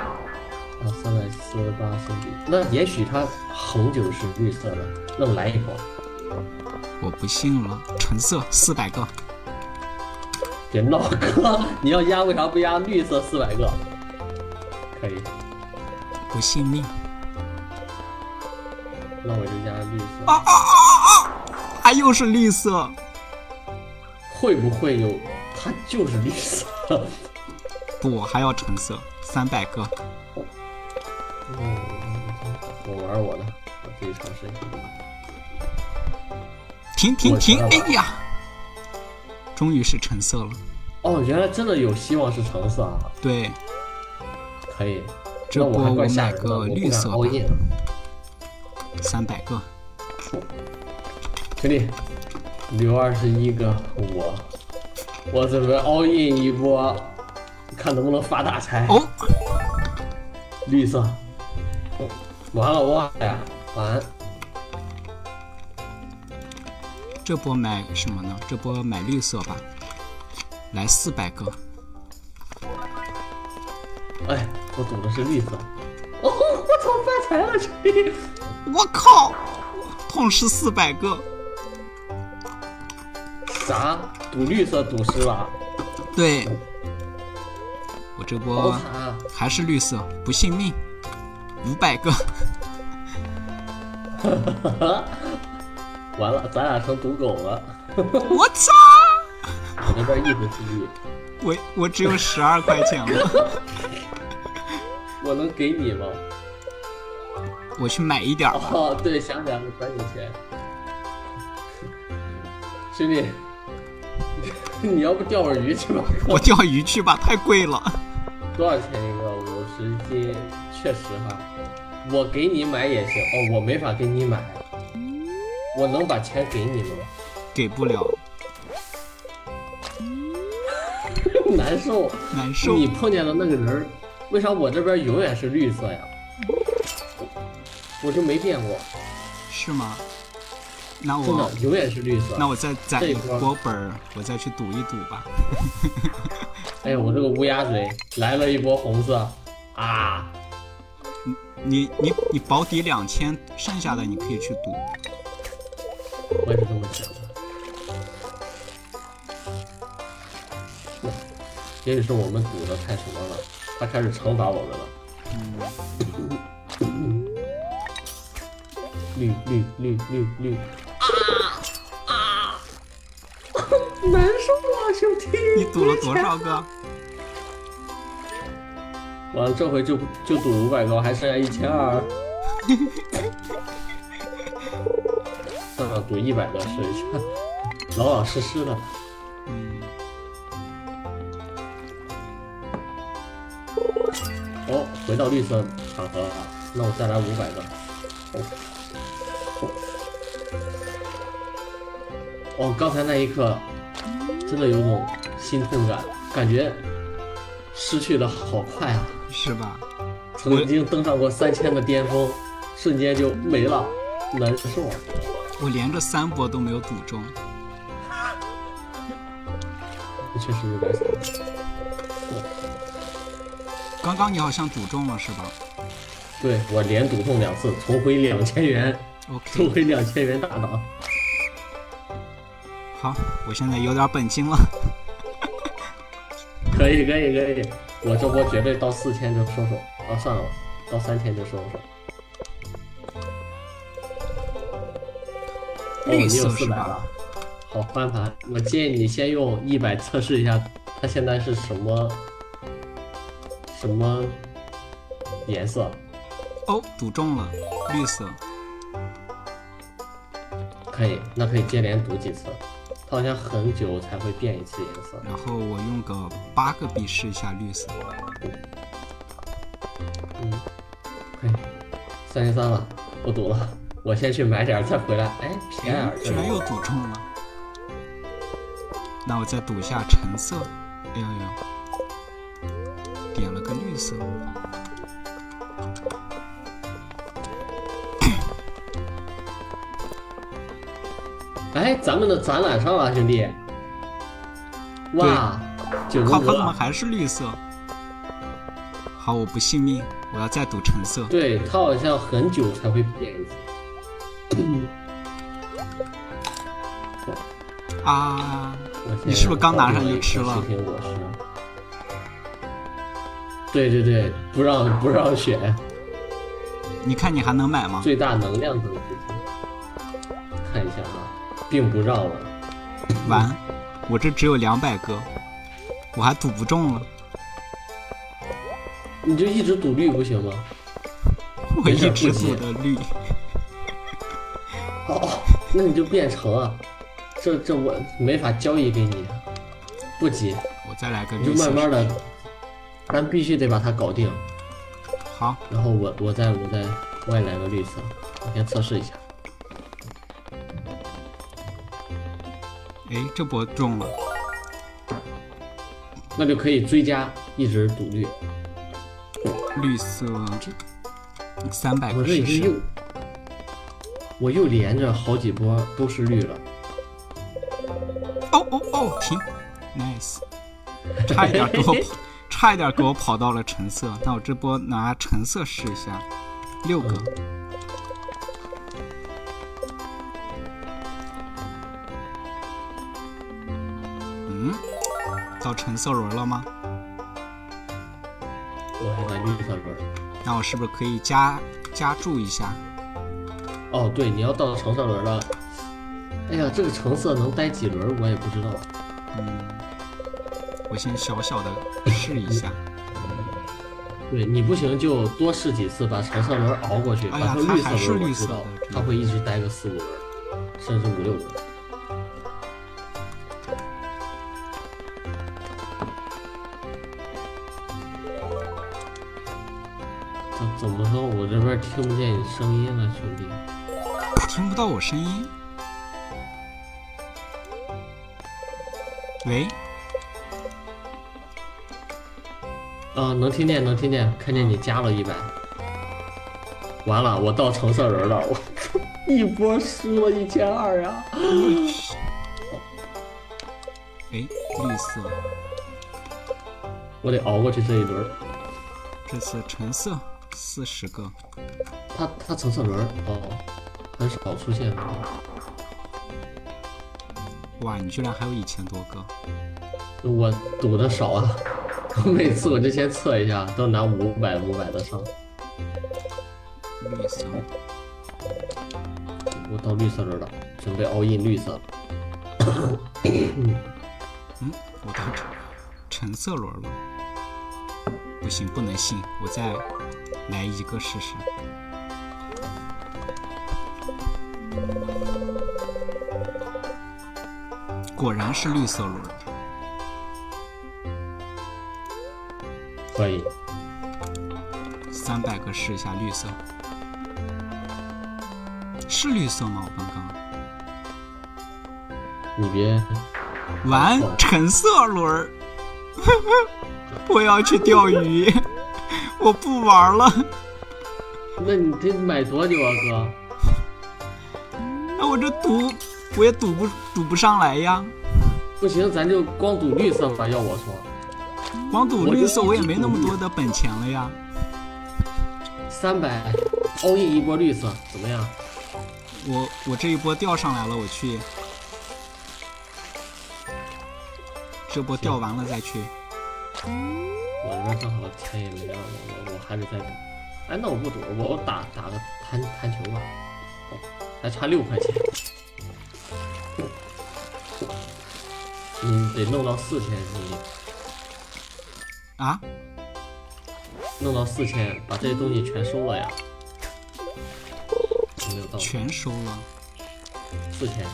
Speaker 1: 三百四十八升比，那也许它恒久是绿色的，那我来一波，
Speaker 2: 我不信了，橙色四百个，
Speaker 1: 别闹哥，你要压为啥不压绿色四百个？可以，
Speaker 2: 不信命。
Speaker 1: 那我就压绿色。
Speaker 2: 啊啊啊啊啊！啊，又是绿色。
Speaker 1: 会不会有？它就是绿色。
Speaker 2: 不，我还要橙色，三百个。
Speaker 1: 嗯，我玩我的，我自己尝试一下。
Speaker 2: 停停
Speaker 1: 我
Speaker 2: 停！
Speaker 1: 知道了
Speaker 2: 哎呀，终于是橙色了。
Speaker 1: 哦，原来真的有希望是橙色啊！
Speaker 2: 对，
Speaker 1: 可以，
Speaker 2: 这
Speaker 1: 那我
Speaker 2: 波
Speaker 1: 还
Speaker 2: 我
Speaker 1: 怪吓
Speaker 2: 买
Speaker 1: 人的，
Speaker 2: 个
Speaker 1: 我不
Speaker 2: 绿
Speaker 1: 敢
Speaker 2: 色吧
Speaker 1: 熬，夜了。
Speaker 2: 三百个。
Speaker 1: 兄弟，留二十一个我，我准备 all in 一波，看能不能发大财。
Speaker 2: 哦，
Speaker 1: 绿色，哦完了哇呀，完，
Speaker 2: 这波买什么呢？这波买绿色吧，来四百个。
Speaker 1: 哎，我赌的是绿色。哦，我操，发财了，兄弟！
Speaker 2: 我靠，痛失四百个。
Speaker 1: 啥？赌绿色赌失了？
Speaker 2: 对，我这
Speaker 1: 好
Speaker 2: 波
Speaker 1: 惨啊！
Speaker 2: 还是绿色，不信命，五百个。
Speaker 1: 啊 完了，咱俩成赌狗了。
Speaker 2: 我操！
Speaker 1: 我这边一直是绿，
Speaker 2: 我我只有十二块钱了，
Speaker 1: 我能给你吗？
Speaker 2: 我去买一点儿吧。
Speaker 1: 哦，对，想起来了，咱有钱。兄弟，你要不钓会儿鱼去吧？
Speaker 2: 我钓鱼去吧，太贵了。
Speaker 1: 多少钱一个？五十斤，确实哈。我给你买也行，哦，我没法给你买，我能把钱给你吗？
Speaker 2: 给不了，
Speaker 1: 难受。
Speaker 2: 难受。
Speaker 1: 你碰见的那个人儿，为啥我这边永远是绿色呀？我就没变过，
Speaker 2: 是吗？那
Speaker 1: 真
Speaker 2: 我
Speaker 1: 的永远是绿色。
Speaker 2: 那我再攒
Speaker 1: 这一
Speaker 2: 一
Speaker 1: 波
Speaker 2: 波本儿，我再去赌一赌吧。
Speaker 1: 哎呀，我这个乌鸦嘴来了一波红色，啊，
Speaker 2: 你你你保底两千，剩下的你可以去赌。
Speaker 1: 我也是这么想的。也许是我们赌的太什么了，他开始惩罚我们了。嗯绿绿绿绿绿啊啊！难受啊，兄弟！
Speaker 2: 你赌了多少个？
Speaker 1: 完了，这回就就赌五百个，还剩下一千二。 算了，赌一百个试一下，老老实实的。
Speaker 2: 嗯，
Speaker 1: 哦，回到绿色场合了，啊那我再来五百个。哦，哦哦，刚才那一刻，真的有种心痛感，感觉失去的好快啊！
Speaker 2: 是吧？
Speaker 1: 曾经登上过三千的巅峰，瞬间就没了，难受啊。
Speaker 2: 我连着三波都没有赌中。
Speaker 1: 这确实有点惨。
Speaker 2: 刚刚你好像赌中了是吧
Speaker 1: 对我连赌中两次，重回两千元，重
Speaker 2: ？OK，
Speaker 1: 回两千元大档。
Speaker 2: 好，我现在有点本金了。
Speaker 1: 可以可以可以，我这波绝对到四千就收手，啊算了，到三千就收手。哦，
Speaker 2: 绿
Speaker 1: 你有
Speaker 2: 色
Speaker 1: 四
Speaker 2: 是
Speaker 1: 百
Speaker 2: 吧
Speaker 1: 了，好翻盘。我建议你先用一百测试一下，它现在是什么什么颜色？
Speaker 2: 哦，赌中了，绿色。
Speaker 1: 可以，那可以接连读几次。它好像很久才会变一次颜色。
Speaker 2: 然后我用个八个币试一下绿色。
Speaker 1: 嗯，可以，三十三了，不赌了，我先去买点儿再回来。哎，皮埃尔
Speaker 2: 哎
Speaker 1: 这
Speaker 2: 居然
Speaker 1: 里
Speaker 2: 又赌中了。那我再赌一下橙色。哎呦呦，点了个绿色。
Speaker 1: 哎，咱们的展览上了，兄弟。哇，九
Speaker 2: 靠
Speaker 1: 宫
Speaker 2: 谱，
Speaker 1: 格
Speaker 2: 怎么
Speaker 1: 了，
Speaker 2: 还是绿色？好，我不信命，我要再赌橙色。
Speaker 1: 对，它好像很久才会变一次。
Speaker 2: 啊，
Speaker 1: 我
Speaker 2: 你是不是刚拿上
Speaker 1: 就
Speaker 2: 就吃了
Speaker 1: 视频我吃。对对对，不让不让选，
Speaker 2: 你看你还能买吗？
Speaker 1: 最大能量等级。看一下啊，并不让了。
Speaker 2: 完，我这只有两百个，我还赌不中了。
Speaker 1: 你就一直赌绿不行吗？
Speaker 2: 我
Speaker 1: 没事
Speaker 2: 一直
Speaker 1: 不急
Speaker 2: 赌的绿。
Speaker 1: 哦，那你就变成啊，这这我没法交易给你，啊不急，
Speaker 2: 我再来个
Speaker 1: 你就
Speaker 2: 绿色。
Speaker 1: 慢慢的，咱必须得把它搞定。
Speaker 2: 好，
Speaker 1: 然后我我再我再我也来个绿色，我先测试一下。
Speaker 2: 哎，这波中了。
Speaker 1: 那就可以追加，一直赌绿。
Speaker 2: 啊绿色三百
Speaker 1: 我
Speaker 2: 个
Speaker 1: 这已
Speaker 2: 试
Speaker 1: 经又
Speaker 2: 试，，
Speaker 1: 我又连着好几波都是绿了，
Speaker 2: 哦哦哦，停，nice，差一点给我跑，差一点给我跑到了橙色。那我这波拿橙色试一下，六个。嗯，到橙色轮了吗？
Speaker 1: 我还在绿色轮儿。
Speaker 2: 那我是不是可以加加注一下？
Speaker 1: 哦，对，你要到橙色轮了。哎呀，这个橙色能待几轮儿我也不知道。
Speaker 2: 嗯，我先小小的试一下。
Speaker 1: 对你不行就多试几次，把橙色轮熬过去，
Speaker 2: 哎
Speaker 1: 把
Speaker 2: 呀
Speaker 1: 它绿
Speaker 2: 它
Speaker 1: 色
Speaker 2: 还是
Speaker 1: 轮我
Speaker 2: 绿
Speaker 1: 知
Speaker 2: 色的
Speaker 1: 道
Speaker 2: 真的，
Speaker 1: 它会一直待个四五轮，甚至五六轮。怎怎么说？我这边听不见你声音了，兄弟。
Speaker 2: 听不到我声音。喂，
Speaker 1: 啊，能听见，能听见，看见你加了一百。完了，我到橙色人了，我 一波输了一千二啊！
Speaker 2: 哎，绿色，
Speaker 1: 我得熬过去这一轮。
Speaker 2: 这次橙色四十个，
Speaker 1: 啊它它橙色轮儿哦，很少出现。
Speaker 2: 哇，你居然还有一千多个，
Speaker 1: 我赌的少啊， 我每次我就先测一下，都拿五百五百的上，
Speaker 2: 绿色。
Speaker 1: 我到绿色这儿了，准备 all in 绿色。
Speaker 2: 嗯，我到橙橙色轮了，不行，不能信，我再来一个试试。果然是绿色轮，
Speaker 1: 可以，
Speaker 2: 三百个试一下绿色，是绿色吗？我刚刚
Speaker 1: 你别
Speaker 2: 玩橙色轮儿， 我要去钓鱼， 我不玩了。
Speaker 1: 那你得买多久啊，哥？
Speaker 2: 那我这赌我也赌不赌不上来呀，
Speaker 1: 不行，咱就光赌绿色吧。要我说，
Speaker 2: 光赌绿色我也没那么多的本钱了呀。
Speaker 1: 三百 all in 一波绿色，怎么样？
Speaker 2: 我我这一波钓上来了，我去，这波钓完了再去。
Speaker 1: 我这边正好天也没亮，我我我还得再赌。哎，那我不赌，我我打打个弹弹球吧，还差六块钱。你得弄到四千，你
Speaker 2: 啊，
Speaker 1: 弄到四千，把这些东西全收了呀。有没有道理，
Speaker 2: 全收了，
Speaker 1: 四千。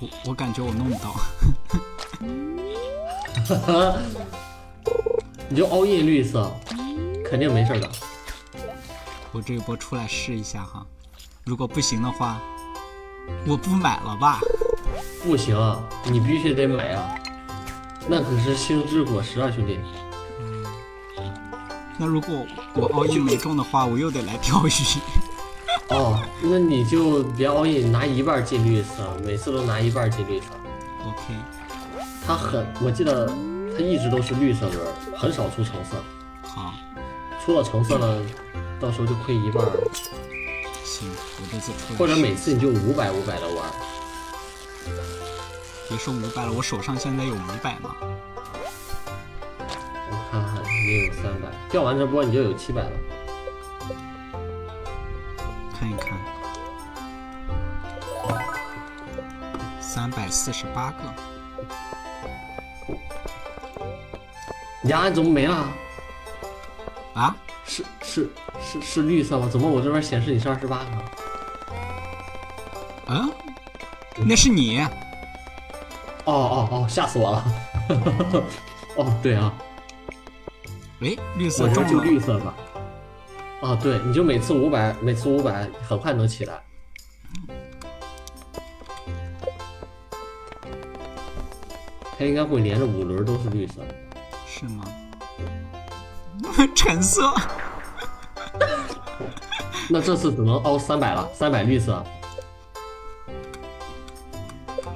Speaker 2: 我我感觉我弄不到。
Speaker 1: 你就 all in 绿色，肯定没事儿的。
Speaker 2: 我这一波出来试一下哈，如果不行的话，我不买了吧？
Speaker 1: 不行，你必须得买啊！那可是星之果实啊，兄弟。
Speaker 2: 那如果我 all in 没中的话，我又得来钓鱼。
Speaker 1: 哦，那你就别 all in，拿一半进绿色，每次都拿一半进绿色。
Speaker 2: OK，
Speaker 1: 它很，我记得它一直都是绿色轮，很少出橙色。
Speaker 2: 好，
Speaker 1: 出了橙色呢，到时候就亏一半儿，
Speaker 2: 行，我这次出来
Speaker 1: 或者
Speaker 2: 试
Speaker 1: 每次你就五百五百的玩。
Speaker 2: 别说五百了，我手上现在有五百呢。
Speaker 1: 我看看，你有三百，掉完这波你就有七百了。
Speaker 2: 看一看，三百四十八个，
Speaker 1: 呀，怎么没了？
Speaker 2: 啊，
Speaker 1: 是是是是绿色吗？怎么我这边显示你是二十八个？
Speaker 2: 嗯，那是你，
Speaker 1: 哦哦哦，吓死我了！ 哦，对啊，
Speaker 2: 哎，绿
Speaker 1: 我
Speaker 2: 色
Speaker 1: 这
Speaker 2: 中
Speaker 1: 边就绿
Speaker 2: 了，
Speaker 1: 色吧。啊，对，你就每次五百，每次五百，很快能起来。它应该会连着五轮都是绿色。
Speaker 2: 是吗？ 橙色，
Speaker 1: 那这次只能凹三百了，三百绿色。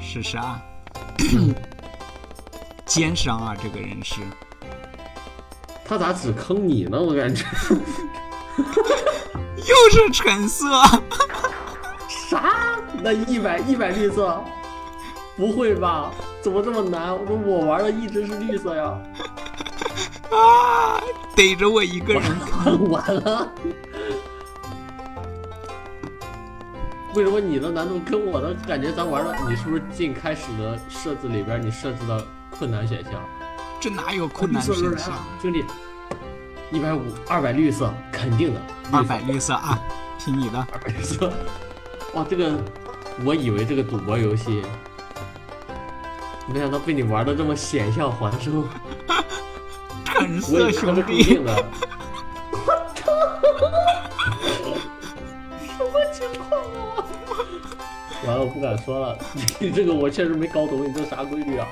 Speaker 2: 试试啊， 奸商啊，这个人是，
Speaker 1: 他咋只坑你呢？我感觉
Speaker 2: 又是橙色，
Speaker 1: 啥？那一百一百绿色？不会吧？怎么这么难？我说我玩的一直是绿色呀。
Speaker 2: 啊， 逮着我一个人看，
Speaker 1: 完了。为什么你的难度跟我的感觉咱玩的，你是不是进开始的设置里边你设置的困难选项？
Speaker 2: 这哪有困难啊
Speaker 1: 绿色
Speaker 2: 选
Speaker 1: 来了
Speaker 2: 项？，
Speaker 1: 兄弟，一百五、二百绿色，肯定的，
Speaker 2: 二百绿色啊，凭你的，
Speaker 1: 二百绿色。 哇，这个我以为这个赌博游戏，没想到被你玩的这么险象环生，
Speaker 2: 橙
Speaker 1: 我以
Speaker 2: 色
Speaker 1: 为他
Speaker 2: 兄
Speaker 1: 是固
Speaker 2: 弟
Speaker 1: 定，的。我操！什么情况啊？完了，我不敢说了。你这个我确实没搞懂，你这啥规律啊？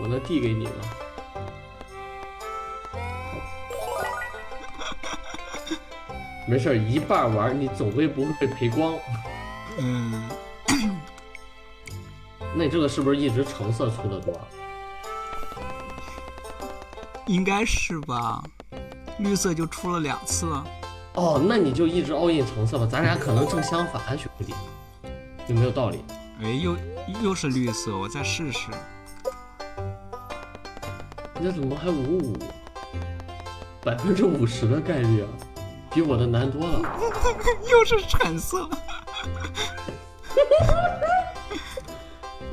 Speaker 1: 我能递给你吗？没事儿，一半儿玩儿你总归不会赔光。
Speaker 2: 嗯。
Speaker 1: 那你这个是不是一直橙色出的多？
Speaker 2: 应该是吧，绿色就出了两次，
Speaker 1: 哦，那你就一直 all in 橙色吧，咱俩可能正相反，兄弟，有没有道理？
Speaker 2: 哎，又又是绿色，我再试试。
Speaker 1: 你这怎么还五五？百分之五十的概率啊，比我的难多了。
Speaker 2: 又是橙色，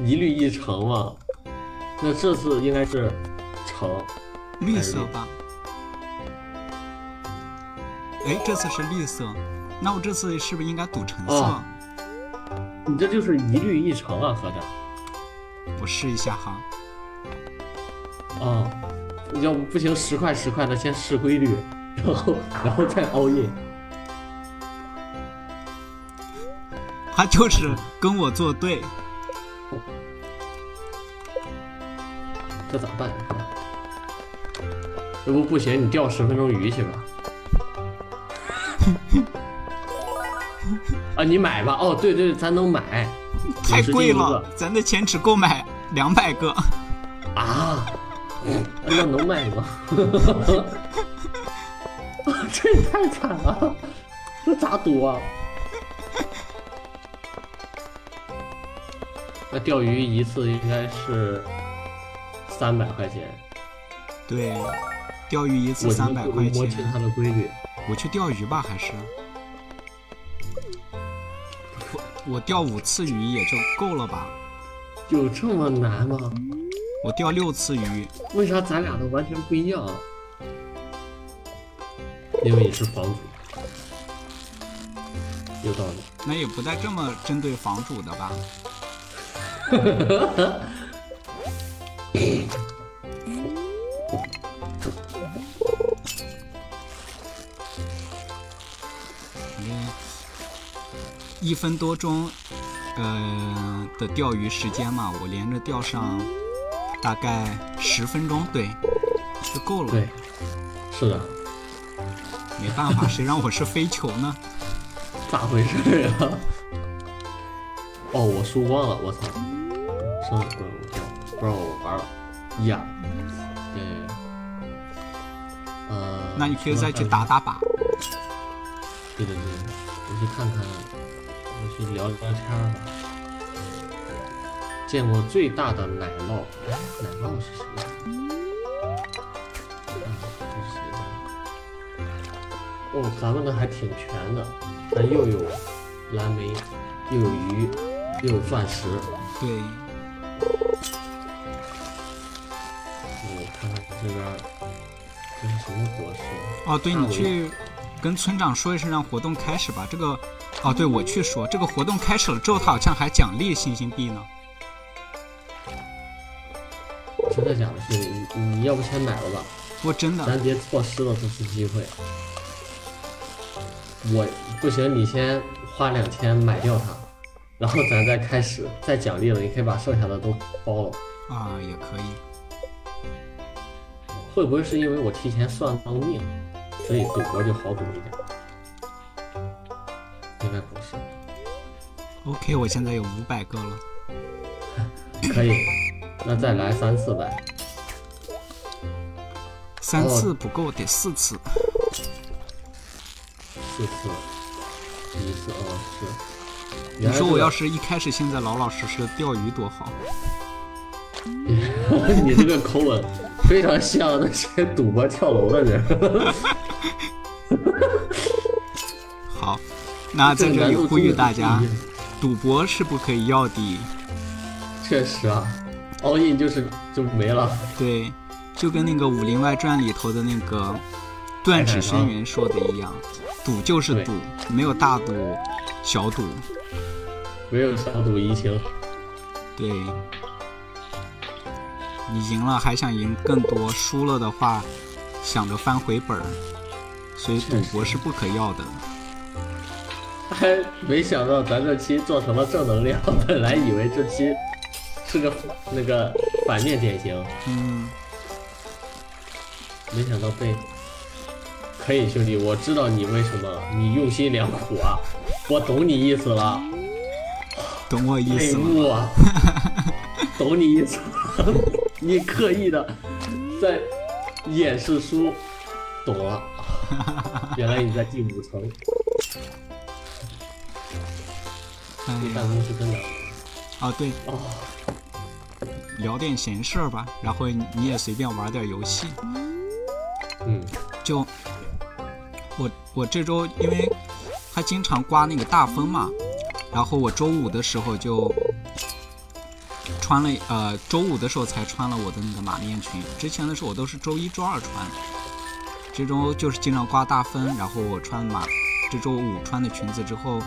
Speaker 1: 一绿一橙嘛，那这次应该是橙，
Speaker 2: 绿色吧？哎，这次是绿色，那我这次是不是应该赌橙色？
Speaker 1: 哦你这就是一绿一橙啊，合着。
Speaker 2: 我试一下哈。
Speaker 1: 啊、要不不行，十块十块的先试规律，然后然后再 all in。
Speaker 2: 他就是跟我作对，
Speaker 1: 这咋办？要不不行，你钓十分钟鱼去吧。 啊，你买吧。哦，对对，咱能买。
Speaker 2: 太贵
Speaker 1: 50
Speaker 2: 了
Speaker 1: 斤，
Speaker 2: 咱的钱只够买 两百个。
Speaker 1: 一个啊，那能卖吗？ 这也太惨了，这咋赌啊？那钓鱼一次应该是三百块钱，
Speaker 2: 对，钓鱼一次
Speaker 1: 我
Speaker 2: 三百块
Speaker 1: 摸清它
Speaker 2: 钱，
Speaker 1: 的规律。
Speaker 2: 我去钓鱼吧，还是我我钓五次鱼也就够了吧？
Speaker 1: 有这么难吗？
Speaker 2: 我钓六次鱼，
Speaker 1: 为啥咱俩的完全不一样啊？因为你是房主，有道理。
Speaker 2: 那也不带这么针对房主的吧？嗯一分多钟，呃的钓鱼时间嘛，我连着钓上大概十分钟，对，就够了。
Speaker 1: 对，是的，
Speaker 2: 没办法，谁让我是飞球呢？
Speaker 1: 咋回事呀、哦，我输光了，我操！上不让我掉，不让我玩了。呀，对对对。呃，
Speaker 2: 那你可以再去
Speaker 1: 说到这儿
Speaker 2: 打打靶。
Speaker 1: 对对对，我去看看，我去聊聊天儿吧。见过最大的奶酪，哎奶酪是谁的？啊，这是谁的？哦，咱们的还挺全的，咱又有蓝莓，又有鱼，又有钻石。
Speaker 2: 对，
Speaker 1: 我看看这边儿，这是什么果实？
Speaker 2: 哦，对
Speaker 1: 那
Speaker 2: 你
Speaker 1: 我
Speaker 2: 去跟村长说一声，让活动开始吧。这个，哦，对我去说，这个活动开始了之后，他好像还奖励星星币呢。
Speaker 1: 真的假的？兄弟，你你要不先买了吧？
Speaker 2: 我真的，
Speaker 1: 咱别错失了这次机会。我不行，你先花两千买掉它，然后咱再开始，再奖励了，你可以把剩下的都包了。
Speaker 2: 啊，也可以，
Speaker 1: 会不会是因为我提前算到命，所以赌博就好赌一点？应该不是，
Speaker 2: OK，我现在有五百个了。
Speaker 1: 可以，那再来三次呗。
Speaker 2: 三
Speaker 1: 哦
Speaker 2: 次不够，得四次。
Speaker 1: 四次，一次哦是。
Speaker 2: 你说我要
Speaker 1: 是
Speaker 2: 是一开始现在老老实实地钓鱼多好。
Speaker 1: 你这个口吻非常像那些赌博跳楼的人。
Speaker 2: 好，那在这
Speaker 1: 难
Speaker 2: 里
Speaker 1: 度
Speaker 2: 呼吁
Speaker 1: 真的
Speaker 2: 大
Speaker 1: 是
Speaker 2: 家
Speaker 1: 不一，样
Speaker 2: 赌博是不可以要的。
Speaker 1: 确实啊，all in 就是就没了。
Speaker 2: 对，就跟那个《武林外传》里头的那个断
Speaker 1: 哎
Speaker 2: 指轩辕说的一样，赌就是赌，没有大赌、小赌。
Speaker 1: 没有小赌怡情，
Speaker 2: 对，你赢了还想赢更多，输了的话想着翻回本儿，所以赌博是不可要的。
Speaker 1: 还没想到咱这期做成了正能量。本来以为这期是个那个反面典型，
Speaker 2: 嗯，
Speaker 1: 没想到被。可以，兄弟，我知道你为什么，你用心良苦啊，我懂你意思了，
Speaker 2: 懂我意
Speaker 1: 内
Speaker 2: 思吗？
Speaker 1: 幕啊，懂你意思了，你刻意的在掩饰出懂了，原来你在第五层，
Speaker 2: 哎
Speaker 1: 离
Speaker 2: 呀
Speaker 1: 办公室真的
Speaker 2: 啊，对，
Speaker 1: 哦，
Speaker 2: 聊点闲事儿吧，然后你你也随便玩点游戏。
Speaker 1: 嗯，
Speaker 2: 就我我这周因为它经常刮那个大风嘛，然后我周五的时候就穿了呃周五的时候才穿了我的那个马面裙，之前的时候我都是周一周二穿，这周就是经常刮大风，然后我穿马这周五穿的裙子之后，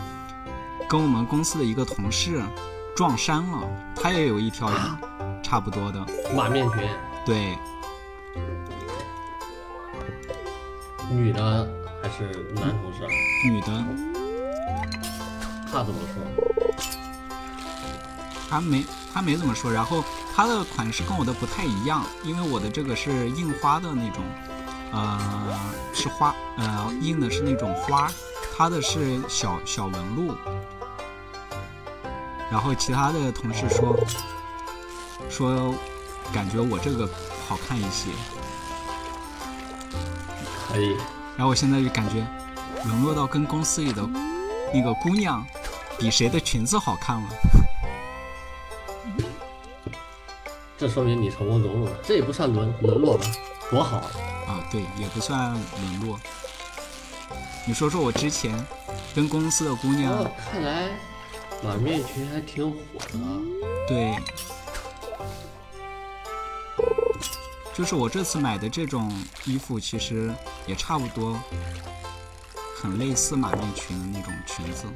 Speaker 2: 跟我们公司的一个同事撞衫了，他也有一条差不多的，
Speaker 1: 嗯马面裙，
Speaker 2: 对，
Speaker 1: 女的还是男同事啊？
Speaker 2: 女的
Speaker 1: 他怎么说？
Speaker 2: 他没他没怎么说，然后他的款式跟我的不太一样，因为我的这个是印花的那种，呃，是花呃印的是那种花，他的是小小纹路。然后其他的同事说说，感觉我这个好看一些，
Speaker 1: 可以，
Speaker 2: 然后我现在就感觉沦落到跟公司里的那个姑娘比谁的裙子好看了。
Speaker 1: 这说明你成功融入了，这也不算沦沦落吧，多好啊！
Speaker 2: 啊，对，也不算沦落。你说说我之前跟公司的姑娘
Speaker 1: 哦，，看来马面裙还挺火的啊。
Speaker 2: 对，就是我这次买的这种衣服，其实也差不多，很类似马面裙的那种裙子。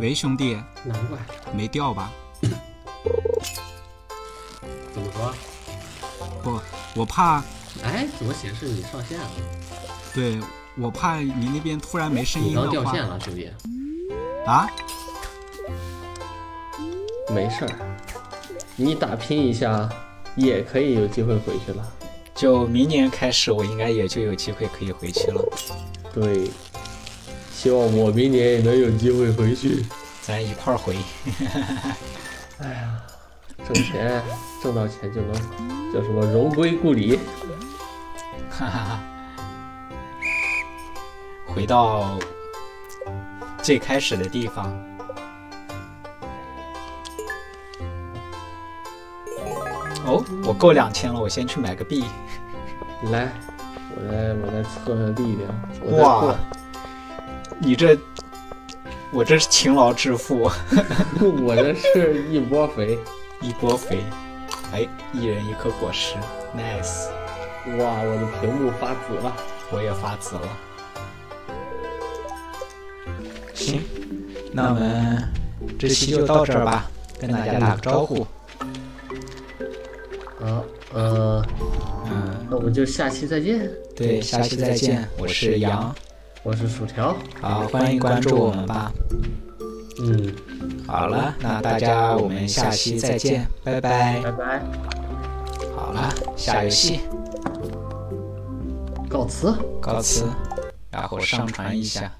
Speaker 2: 喂，兄弟，
Speaker 1: 难怪，
Speaker 2: 没掉吧？
Speaker 1: 怎么说？
Speaker 2: 不，我怕
Speaker 1: 哎，怎么显示你上线了？
Speaker 2: 对，我怕你那边突然没声
Speaker 1: 你
Speaker 2: 音
Speaker 1: 刚
Speaker 2: 的
Speaker 1: 掉
Speaker 2: 哎话
Speaker 1: 线了，兄弟。
Speaker 2: 啊，
Speaker 3: 没事儿，你打拼一下，也可以有机会回去了。
Speaker 2: 就明年开始，我应该也就有机会可以回去了。
Speaker 3: 对，希望我明年也能有机会回去。
Speaker 2: 咱一块儿回。
Speaker 3: 挣钱，挣到钱就能叫什么荣归故里。
Speaker 2: 哈哈哈，回到最开始的地方。哦，我够两千了，我先去买个币。
Speaker 3: 来，我来，我来测测力量。我再
Speaker 2: 哇，你这，我这是勤劳致富，
Speaker 3: 过 我这是一波肥。
Speaker 2: 一波肥，哎，一人一颗果实，nice，
Speaker 3: 哇，我的屏幕发紫了。
Speaker 2: 我也发紫了。行，那我们这期就到这儿吧，跟大家打个招呼。
Speaker 1: 啊，呃，
Speaker 2: 嗯，
Speaker 1: 那我们就下期再见。
Speaker 2: 对，下期再见，我是杨，
Speaker 1: 我是薯条。
Speaker 2: 好，欢迎关注我们吧。
Speaker 1: 嗯，
Speaker 2: 好了，那大家我们下期再见，拜拜。
Speaker 1: 拜拜，
Speaker 2: 好了，下游戏
Speaker 1: 告辞。
Speaker 2: 告辞，然后上传一下。